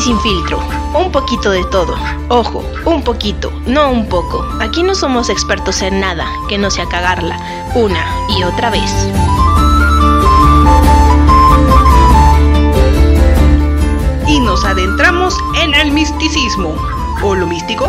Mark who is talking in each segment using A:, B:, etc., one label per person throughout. A: sin filtro. Un poquito de todo. Ojo, un poquito, no un poco. Aquí no somos expertos en nada que no sea cagarla una y otra vez.
B: Y nos adentramos en el misticismo. ¿O lo místico?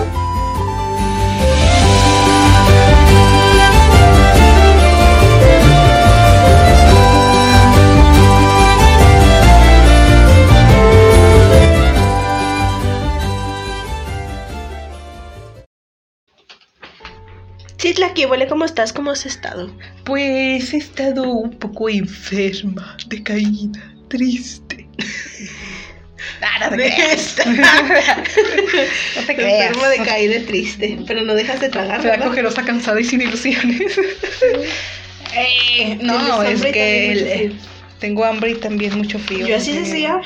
A: Cisla, ¿qué huele? ¿Cómo estás? ¿Cómo has estado?
B: Pues he estado un poco enferma, decaída, triste.
A: Nada
B: de
A: esta.
B: No te creas.
A: Enfermo de caída y triste, pero no dejas de tragar.
B: Será
A: ¿verdad?
B: cojerosa, cansada y sin ilusiones. Eh, no,
A: Tienes
B: es
A: hambre y
B: que
A: también
B: el-
A: mucho
B: tengo hambre y también mucho frío.
A: Yo así decía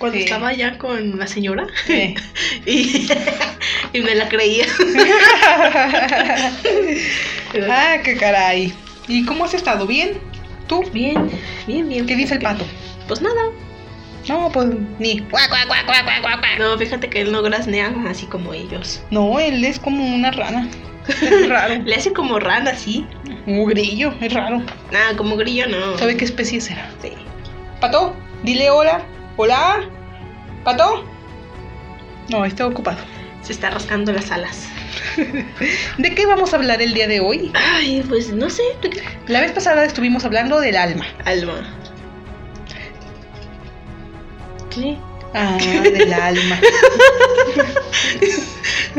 A: cuando
B: Sí.
A: estaba allá con la señora
B: Eh.
A: y, y me la creía.
B: ah, qué caray. ¿Y cómo has estado? ¿Bien? ¿Tú?
A: Bien, bien, bien.
B: ¿Qué dice el
A: fíjate.
B: pato?
A: Pues nada.
B: No, pues ni. Guac, guac, guac, guac, guac, guac, guac.
A: No, fíjate que él no graznea así como ellos.
B: No, él es como una rana. Es raro.
A: Le hace como rana, sí.
B: Un grillo, es raro.
A: Nada, como grillo no.
B: ¿Sabe qué especie será?
A: Sí.
B: Pato, dile hola. Hola. Pato. No, está ocupado.
A: Se está rascando las alas.
B: ¿De qué vamos a hablar el día de hoy?
A: Ay, pues no sé.
B: La vez pasada estuvimos hablando del alma.
A: Alma. ¿Qué?
B: Ah, del alma.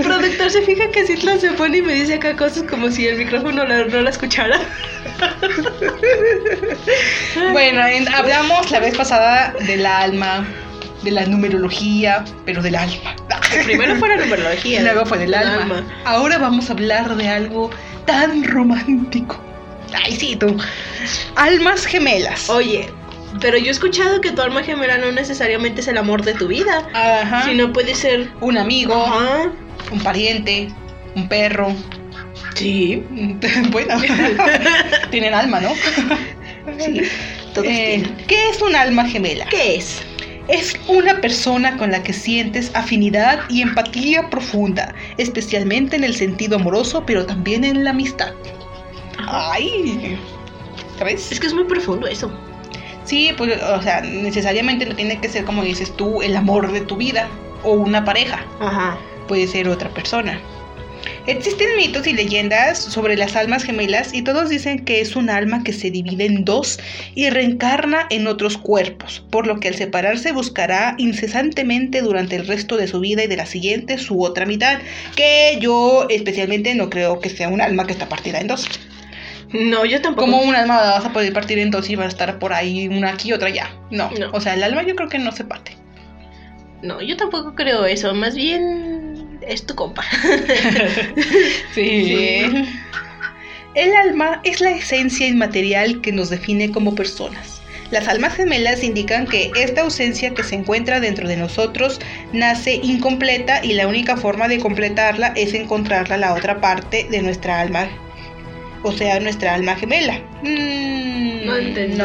A: Productor se fija que Citla se pone y me dice acá cosas como si el micrófono la- no la escuchara.
B: Bueno, en- hablamos la vez pasada del alma, de la numerología, pero del alma.
A: Primero fue la numerología.
B: Luego fue del alma. Ahora vamos a hablar de algo tan romántico. Ay, sí, tú. Almas gemelas.
A: Oye, pero yo he escuchado que tu alma gemela no necesariamente es el amor de tu vida,
B: Ajá.
A: sino puede ser.
B: Un amigo,
A: Ajá.
B: un pariente, un perro.
A: Sí.
B: bueno, tienen alma, ¿no?
A: Sí. Todos
B: Eh,
A: tienen.
B: ¿Qué es un alma gemela?
A: ¿Qué es?
B: Es una persona con la que sientes afinidad y empatía profunda, especialmente en el sentido amoroso, pero también en la amistad. Ay, ¿sabes?
A: Es que es muy profundo eso.
B: Sí, pues, o sea, necesariamente no tiene que ser como dices tú, el amor de tu vida o una pareja,
A: Ajá.
B: puede ser otra persona. Existen mitos y leyendas sobre las almas gemelas y todos dicen que es un alma que se divide en dos y reencarna en otros cuerpos, por lo que al separarse buscará incesantemente durante el resto de su vida y de la siguiente su otra mitad, que yo especialmente no creo que sea un alma que está partida en dos.
A: No, yo tampoco.
B: Como un alma la vas a poder partir en dos y va a estar por ahí una aquí y otra allá. No,
A: No.
B: o sea, el alma yo creo que no se parte.
A: No, yo tampoco creo eso. Más bien es tu compa.
B: Sí. El alma es la esencia inmaterial que nos define como personas. Las almas gemelas indican que esta ausencia que se encuentra dentro de nosotros nace incompleta y la única forma de completarla es encontrarla la otra parte de nuestra alma, o sea, nuestra alma gemela. Mm,
A: No entendí.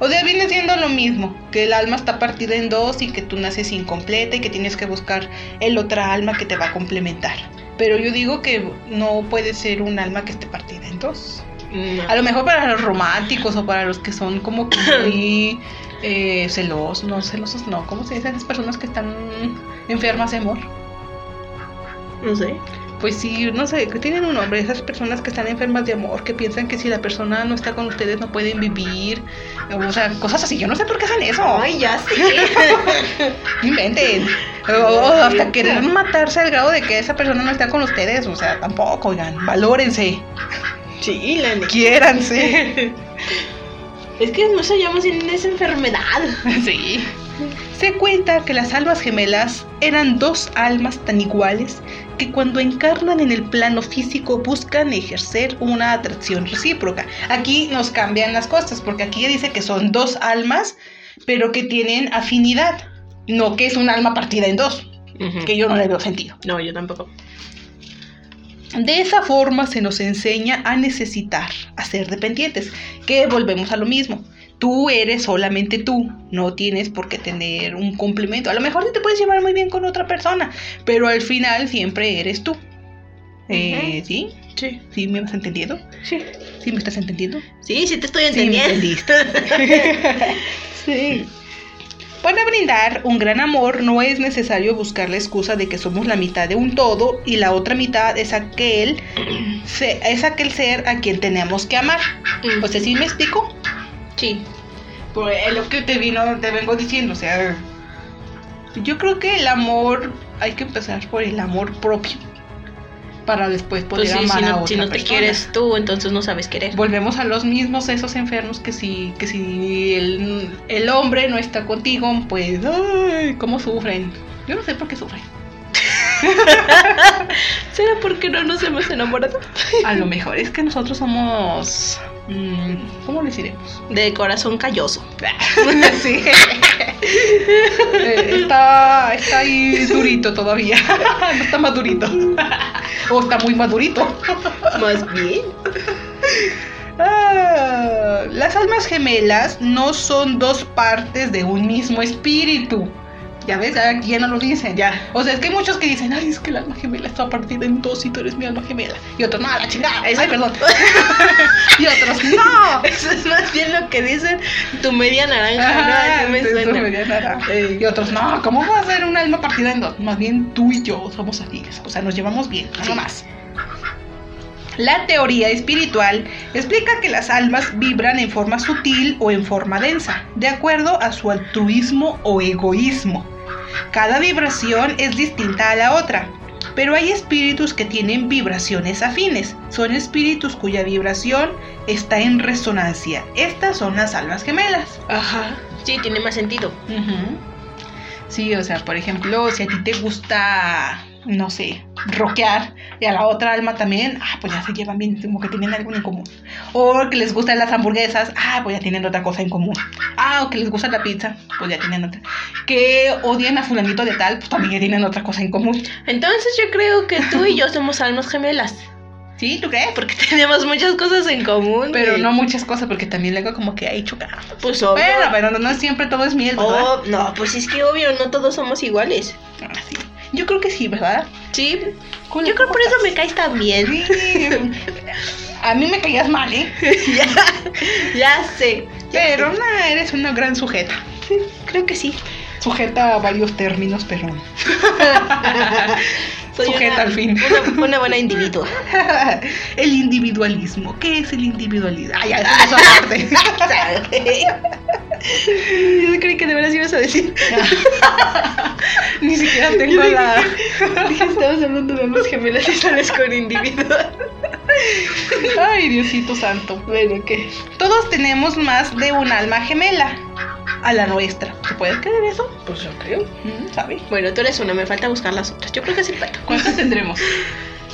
B: O sea, viene siendo lo mismo, que el alma está partida en dos y que tú naces incompleta y que tienes que buscar el otra alma que te va a complementar. Pero yo digo que no puede ser un alma que esté partida en dos.
A: No.
B: A lo mejor para los románticos o para los que son como que muy eh, celosos, no celosos, no, ¿cómo se dicen? Las personas que están enfermas de amor.
A: No sé.
B: Pues sí, no sé, que tienen un nombre, esas personas que están enfermas de amor, que piensan que si la persona no está con ustedes no pueden vivir, o sea, cosas así, yo no sé por qué hacen eso,
A: Ay, ya sé.
B: no inventen, o, o hasta querer matarse al grado de que esa persona no está con ustedes, o sea, tampoco, oigan, valórense,
A: Sí, la neta.
B: quiéranse.
A: Es que no se llama sin esa enfermedad.
B: Sí. Se cuenta que las almas gemelas eran dos almas tan iguales que cuando encarnan en el plano físico buscan ejercer una atracción recíproca. Aquí nos cambian las cosas porque aquí dice que son dos almas pero que tienen afinidad, no que es un alma partida en dos, que yo no le veo sentido.
A: No, yo tampoco.
B: De esa forma se nos enseña a necesitar, a ser dependientes, que volvemos a lo mismo. Tú eres solamente tú, no tienes por qué tener un complemento. A lo mejor sí te puedes llevar muy bien con otra persona, pero al final siempre eres tú. Eh, ¿Sí?
A: Sí.
B: ¿Sí me has entendido?
A: Sí.
B: ¿Sí me estás entendiendo?
A: Sí, sí te estoy
B: Sí, me
A: entendiendo.
B: entendiste.
A: Sí.
B: Para brindar un gran amor no es necesario buscar la excusa de que somos la mitad de un todo y la otra mitad es aquel, se- es aquel ser a quien tenemos que amar. O sea, ¿sí me explico?
A: Sí.
B: Pues es lo que te vino, te vengo diciendo, o sea, yo creo que el amor hay que empezar por el amor propio para después poder
A: Pues sí,
B: amar
A: si
B: a
A: no,
B: otra
A: si no te
B: persona.
A: quieres tú, entonces no sabes querer.
B: Volvemos a los mismos esos enfermos que si, que si el, el hombre no está contigo, pues ay, cómo sufren. Yo no sé por qué sufren.
A: ¿Será porque no nos hemos enamorado?
B: A lo mejor es que nosotros somos mm, ¿cómo les diremos?
A: De corazón calloso.
B: sí. Eh, está, está ahí durito todavía. No está madurito. O está muy madurito.
A: Más bien.
B: Ah, las almas gemelas no son dos partes de un mismo espíritu. Ya ves, aquí ya no lo dicen.
A: Ya.
B: O sea, es que hay muchos que dicen, ay, es que el alma gemela está partida en dos y tú eres mi alma gemela. Y otros, no, la chingada. Ay, perdón. y otros, no.
A: Eso es más bien lo que dicen tu media naranja.
B: Ajá,
A: no, Así me
B: entonces
A: suena.
B: no me dio nada. Y otros, no, ¿cómo va a ser un alma partida en dos? Más bien tú y yo somos afines, o sea, nos llevamos bien,
A: Sí.
B: no más. La teoría espiritual explica que las almas vibran en forma sutil o en forma densa, de acuerdo a su altruismo o egoísmo. Cada vibración es distinta a la otra, pero hay espíritus que tienen vibraciones afines. Son espíritus cuya vibración está en resonancia. Estas son las almas gemelas.
A: Ajá. Sí, tiene más sentido.
B: Ujú. Sí, o sea, por ejemplo, si a ti te gusta, no sé, rockear y a la otra alma también, ah, pues ya se llevan bien, como que tienen algo en común. O que les gustan las hamburguesas, ah, pues ya tienen otra cosa en común. Ah, o que les gusta la pizza, pues ya tienen otra. Que odian a fulanito de tal, pues también ya tienen otra cosa en común.
A: Entonces yo creo que tú y yo somos almas gemelas.
B: ¿Sí? ¿Tú crees?
A: Porque tenemos muchas cosas en común.
B: Pero
A: y-
B: no muchas cosas, porque también luego como que ahí chocamos.
A: Pues obvio.
B: Bueno, pero no, no siempre todo es miel, ¿verdad?
A: Oh, no, pues es que obvio, no todos somos iguales.
B: Ah, sí. Yo creo que sí, ¿verdad?
A: Sí. Yo creo por eso me caes tan bien.
B: Sí. A mí me caías mal, ¿eh?
A: ya, ya sé. ya
B: Pero
A: sé.
B: nah, eres una gran sujeta.
A: creo que sí.
B: Sujeta a varios términos, pero. Sujeta
A: una-
B: al fin.
A: Una, una buena individua.
B: el individualismo. ¿Qué es el individualismo? Ay, ya, eso es aparte.
A: Yo creí que de veras ibas a decir.
B: Ni siquiera tengo
A: Yo dije-
B: la.
A: Dije, estabas hablando de almas gemelas y sales con individua.
B: Ay, Diosito santo.
A: Bueno, ¿qué?
B: Todos tenemos más de un alma gemela a la nuestra. ¿Te puedes creer eso?
A: Pues yo creo.
B: Mm, ¿Sabe?
A: Bueno, tú eres una, me falta buscar las otras. Yo creo que es el pato.
B: ¿Cuántas tendremos?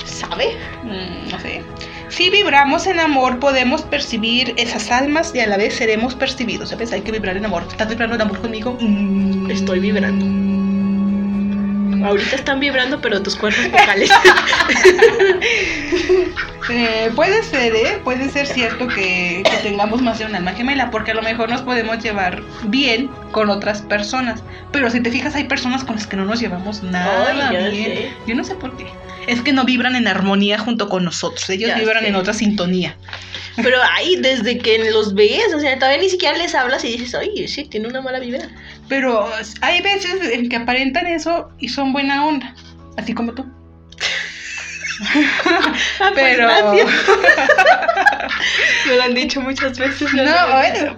A: ¿Sabe?
B: Mm, no sé. Si vibramos en amor, podemos percibir esas almas y a la vez seremos percibidos. ¿Sabes? Hay que vibrar en amor. ¿Estás vibrando en amor conmigo? Mm.
A: Estoy vibrando. Ahorita están vibrando, pero tus cuerpos vocales.
B: Eh, puede ser, ¿eh? Puede ser cierto que, que tengamos más de un alma gemela, porque a lo mejor nos podemos llevar bien con otras personas. Pero si te fijas, hay personas con las que no nos llevamos nada
A: Ay, ya
B: bien.
A: sé.
B: Yo no sé por qué. Es que no vibran en armonía junto con nosotros. Ellos
A: Ya
B: vibran
A: sé.
B: en otra sintonía.
A: Pero ahí, desde que los ves, o sea, todavía ni siquiera les hablas y dices, ay, sí, tiene una mala vibra.
B: Pero hay veces en que aparentan eso y son buena onda, así como tú.
A: Ah, pues,
B: Pero
A: gracias. Me lo han dicho muchas veces.
B: no,
A: la verdad.
B: bueno,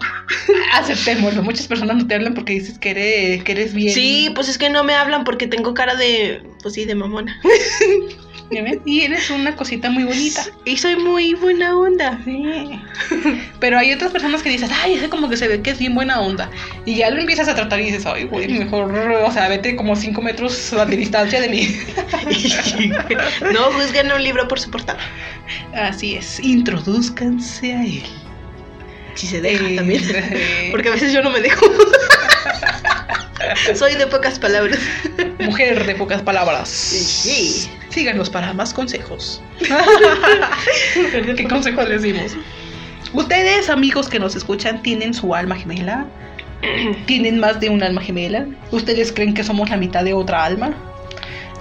B: aceptémoslo. Muchas personas no te hablan porque dices que eres, que eres bien.
A: Sí, pues es que no me hablan porque tengo cara de, pues sí, de mamona.
B: ¿Ya ves? Y eres una cosita muy bonita.
A: Y soy muy buena onda.
B: Sí. Pero hay otras personas que dices, ay, ese como que se ve que es bien buena onda. Y ya lo empiezas a tratar y dices, ay, güey, mejor, o sea, vete como cinco metros a de distancia de mí.
A: no juzguen un libro por su portada.
B: Así es, introduzcanse a él.
A: Si se deja
B: Eh,
A: también.
B: eh,
A: Porque a veces yo no me dejo. Soy de pocas palabras.
B: Mujer de pocas palabras.
A: Sí.
B: Síganos para más consejos. ¿Qué consejos les dimos? Ustedes, amigos que nos escuchan, tienen su alma gemela. ¿Tienen más de un alma gemela? ¿Ustedes creen que somos la mitad de otra alma?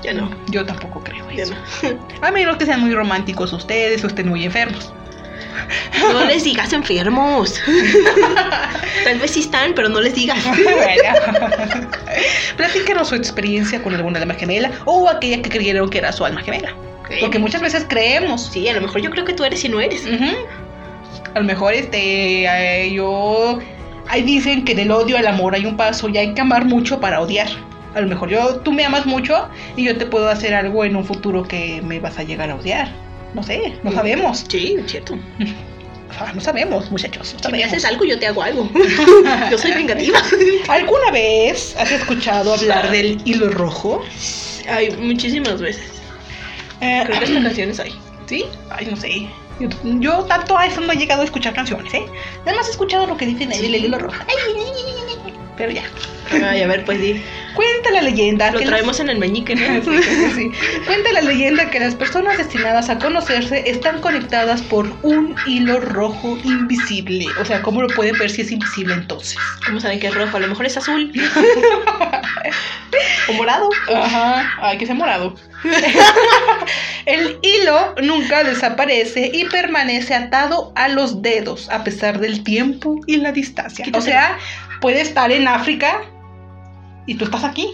A: Yo no.
B: Yo tampoco creo
A: Yo
B: eso.
A: no.
B: A menos que sean muy románticos ustedes o estén muy enfermos.
A: No les digas enfermos. Tal vez sí están, pero no les digas.
B: Bueno. Platíquenos su experiencia con alguna alma gemela o aquella que creyeron que era su alma gemela. Porque muchas veces creemos.
A: Sí, a lo mejor yo creo que tú eres y no eres.
B: Ujú. A lo mejor este eh, yo ahí dicen que del odio al amor hay un paso y hay que amar mucho para odiar. A lo mejor yo tú me amas mucho y yo te puedo hacer algo en un futuro que me vas a llegar a odiar. No sé, no sabemos.
A: Sí, cierto.
B: Ah, No sabemos, muchachos. no
A: Si me
B: sabemos.
A: haces algo, yo te hago algo. Yo soy vengativa.
B: ¿Alguna vez has escuchado hablar del hilo rojo?
A: Ay, muchísimas veces.
B: Eh, ah,
A: Creo que esta canción es ahí.
B: ¿Sí? Ay, no sé. Yo, yo tanto a eso no he llegado a escuchar canciones, ¿eh? Nada más he escuchado lo que dicen ahí del hilo rojo. Ay, ay, ay, ay, ay. Pero ya.
A: Ay, a ver, pues di.
B: Cuenta la leyenda.
A: Lo
B: que
A: traemos en el meñique,
B: las-
A: ¿no?
B: Sí, sí, sí. Cuenta la leyenda que las personas destinadas a conocerse están conectadas por un hilo rojo invisible. O sea, ¿cómo lo pueden ver si es invisible entonces?
A: ¿Cómo saben que es rojo? A lo mejor es azul. o morado.
B: Ajá, ay, que se ha morado. El hilo nunca desaparece y permanece atado a los dedos a pesar del tiempo y la distancia. O
A: Quítate.
B: sea, puede estar en África y tú estás aquí.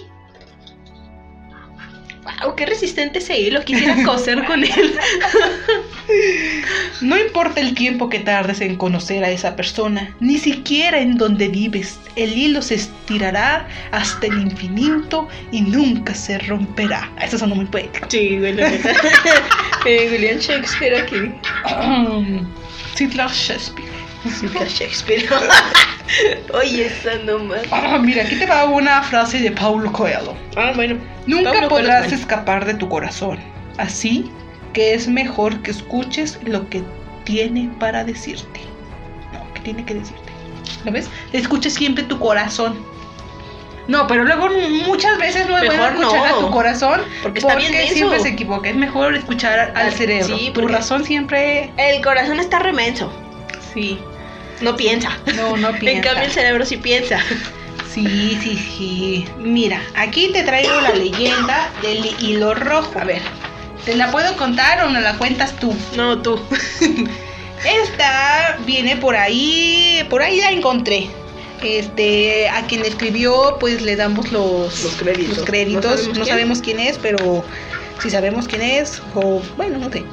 A: Wow, qué resistente ese hilo. Quisiera coser con él.
B: No importa el tiempo que tardes en conocer a esa persona, ni siquiera en donde vives, el hilo se estirará hasta el infinito y nunca se romperá. Eso sonó muy poético.
A: Sí, güey, la neta. Eh, William Shakespeare aquí.
B: Titlar Shakespeare.
A: Nunca Shakespeare. Oye, esa nomás.
B: Ah, mira, aquí te va una frase de Paulo Coelho.
A: Ah, bueno.
B: Nunca
A: Paulo Coelho
B: podrás
A: es bueno.
B: escapar de tu corazón. Así que es mejor que escuches lo que tiene para decirte. No, que tiene que decirte. ¿Lo ves? Escuches siempre tu corazón. No, pero luego muchas veces no es bueno
A: Mejor
B: escuchar
A: no.
B: a tu corazón
A: Porque está bien denso.
B: siempre se equivoca. Es mejor escuchar al
A: Al-
B: cerebro.
A: sí,
B: tu
A: porque-
B: razón siempre.
A: El corazón está remenso.
B: Sí.
A: No piensa.
B: No, no piensa.
A: En cambio, el cerebro sí piensa.
B: Sí, sí, sí. Mira, aquí te traigo la leyenda del hilo rojo. A ver, ¿te la puedo contar o no la cuentas tú?
A: No, tú.
B: Esta viene por ahí, por ahí la encontré. Este, a quien escribió, pues le damos los,
A: Los créditos.
B: los créditos.
A: No
B: No,
A: sabemos
B: sabemos,
A: quién.
B: quién es, pero si sabemos quién es, o bueno, no sé.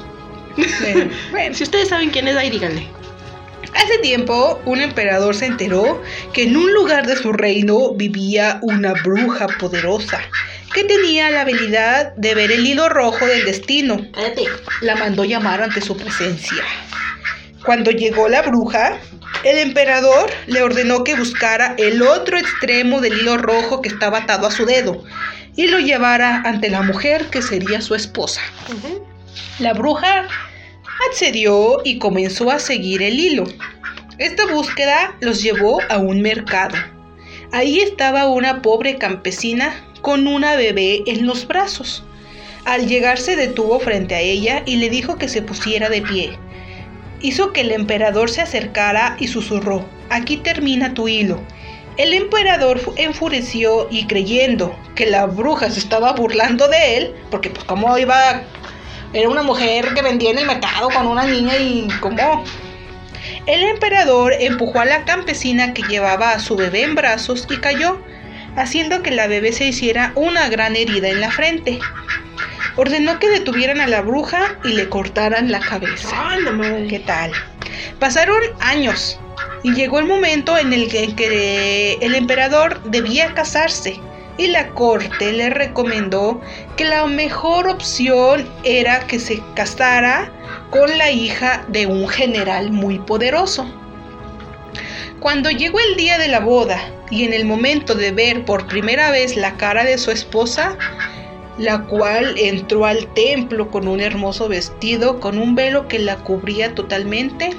B: Bueno, bueno.
A: Si ustedes saben quién es ahí, díganle.
B: Hace tiempo, un emperador se enteró que en un lugar de su reino vivía una bruja poderosa que tenía la habilidad de ver el hilo rojo del destino.
A: Cállate.
B: La mandó llamar ante su presencia. Cuando llegó la bruja, el emperador le ordenó que buscara el otro extremo del hilo rojo que estaba atado a su dedo y lo llevara ante la mujer que sería su esposa. La bruja accedió y comenzó a seguir el hilo. Esta búsqueda los llevó a un mercado. Ahí estaba una pobre campesina con una bebé en los brazos. Al llegar se detuvo frente a ella y le dijo que se pusiera de pie. Hizo que el emperador se acercara y susurró, aquí termina tu hilo. El emperador fu- enfureció y creyendo que la bruja se estaba burlando de él, porque pues cómo iba era una mujer que vendía en el mercado con una niña y como... El emperador empujó a la campesina que llevaba a su bebé en brazos y cayó, haciendo que la bebé se hiciera una gran herida en la frente. Ordenó que detuvieran a la bruja y le cortaran la cabeza.
A: Ay, la madre.
B: ¿Qué tal? Pasaron años y llegó el momento en el que, que el emperador debía casarse y la corte le recomendó que la mejor opción era que se casara con la hija de un general muy poderoso. Cuando llegó el día de la boda y en el momento de ver por primera vez la cara de su esposa, la cual entró al templo con un hermoso vestido, con un velo que la cubría totalmente.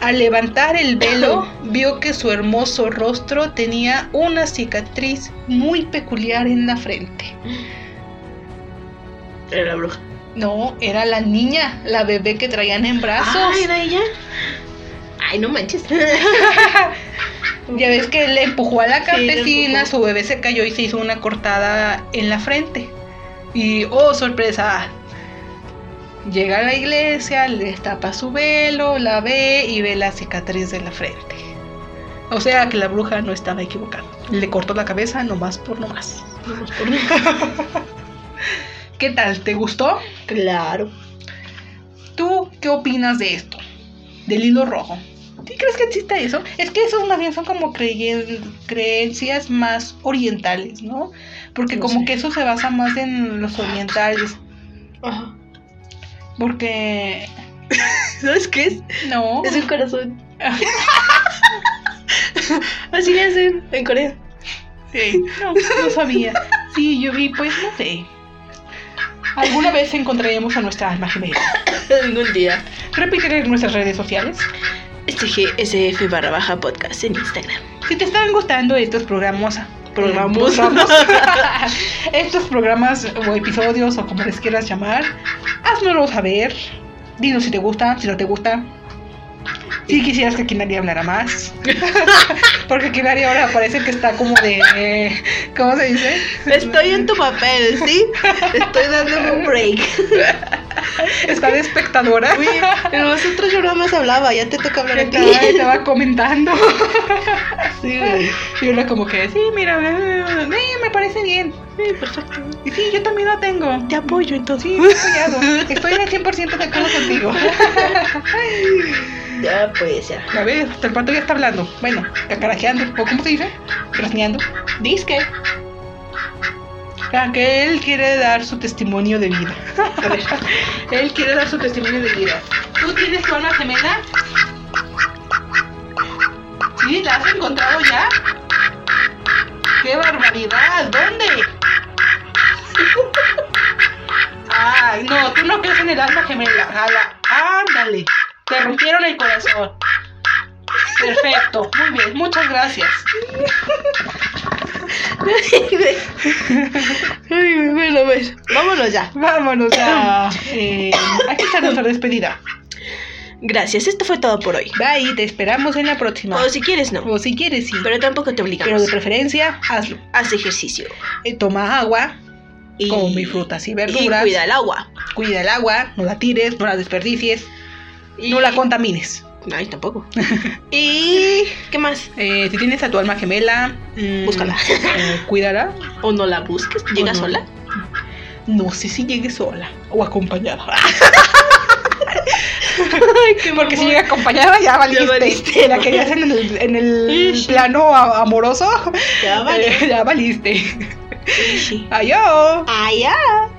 B: Al levantar el velo, vio que su hermoso rostro tenía una cicatriz muy peculiar en la frente.
A: Era la bruja.
B: No, era la niña, la bebé que traían en brazos.
A: Ah, era ella.
C: Ay, no manches.
B: Ya ves que le empujó a la
C: Sí, le
B: cartesina,
C: empujó.
B: su bebé se cayó y se hizo una cortada en la frente. Y, oh, sorpresa, llega a la iglesia, le destapa su velo, la ve y ve la cicatriz de la frente. O sea que la bruja no estaba equivocada. Le cortó la cabeza nomás por nomás. ¿Qué tal? ¿Te gustó?
C: claro.
B: ¿Tú qué opinas de esto? Del hilo rojo. ¿Sí crees que existe eso? Es que eso más bien son como creyen- creencias más orientales, ¿no? Porque
C: No
B: como
C: sé.
B: que eso se basa más en los orientales.
C: Ajá.
B: Porque...
C: ¿Sabes qué es?
B: No.
C: Es un corazón. Así le hacen en Corea.
B: Sí. No, no sabía. Sí, yo vi, pues no sé. Alguna vez encontraremos a nuestra alma gemela.
C: Algún día.
B: Repítele nuestras redes sociales.
A: Este SGSF barra baja podcast en Instagram.
B: Si te están gustando estos programas,
A: Programos.
B: programas, estos programas o episodios o como les quieras llamar, haznoslo saber. Dinos si te gusta, si no te gusta. Si quisieras que Kinaria hablara más. Porque Kinaria ahora parece que está como de. eh, ¿Cómo se dice?
A: Estoy en tu papel, ¿sí? Estoy dándome un break.
B: Está de espectadora.
A: Pero vosotros yo nada más hablaba, ya te toca hablar a ti.
B: Estaba, estaba comentando.
A: Sí, güey.
B: Y uno como que, sí, mira, eh, me parece bien.
A: Sí, perfecto.
B: Y sí, yo también lo tengo.
A: Te apoyo entonces.
B: Sí, me he apoyado. Estoy en el 100% de acuerdo contigo.
A: Ya, pues ya.
B: A ver, el pato ya está hablando. Bueno, cacarajeando. ¿O cómo se dice? Rasneando.
C: Disque.
B: Ah, que él quiere dar su testimonio de vida. él quiere dar su testimonio de vida. ¿Tú tienes tu alma gemela? ¿Sí? ¿La has encontrado ya? ¡Qué barbaridad! ¿Dónde? Ay, no, tú no crees en el alma gemela. Ala, ándale. Te rompieron el corazón. Perfecto, muy bien, muchas gracias.
A: Ay, bueno, pues. Vámonos ya.
B: Vámonos ya. Eh, aquí está nuestra despedida.
A: Gracias, esto fue todo por hoy.
B: Bye, te esperamos en la próxima.
A: O si quieres, no.
B: O si quieres, sí. Pero,
A: Pero tampoco te
B: de
A: obligamos.
B: preferencia, hazlo.
A: Haz ejercicio.
B: Eh, toma agua,
A: Y...
B: come frutas y
A: Y
B: verduras.
A: cuida el agua.
B: Cuida el agua, no la tires, no la desperdicies, no la contamines.
A: Ay, tampoco. ¿Y qué más?
B: Eh, si tienes a tu alma gemela, mm,
A: Búscala.
B: eh, cuídala.
A: ¿O no la busques? ¿Llega
B: no.
A: sola?
B: No sé si llegue sola o acompañada. Porque si llega acompañada ya valiste.
A: valiste,
B: la
A: ¿no?
B: querías en el, en el
A: Ish.
B: plano a- amoroso.
A: Ya
B: eh, ya valiste.
A: Sí.
B: Adiós.
A: Allá.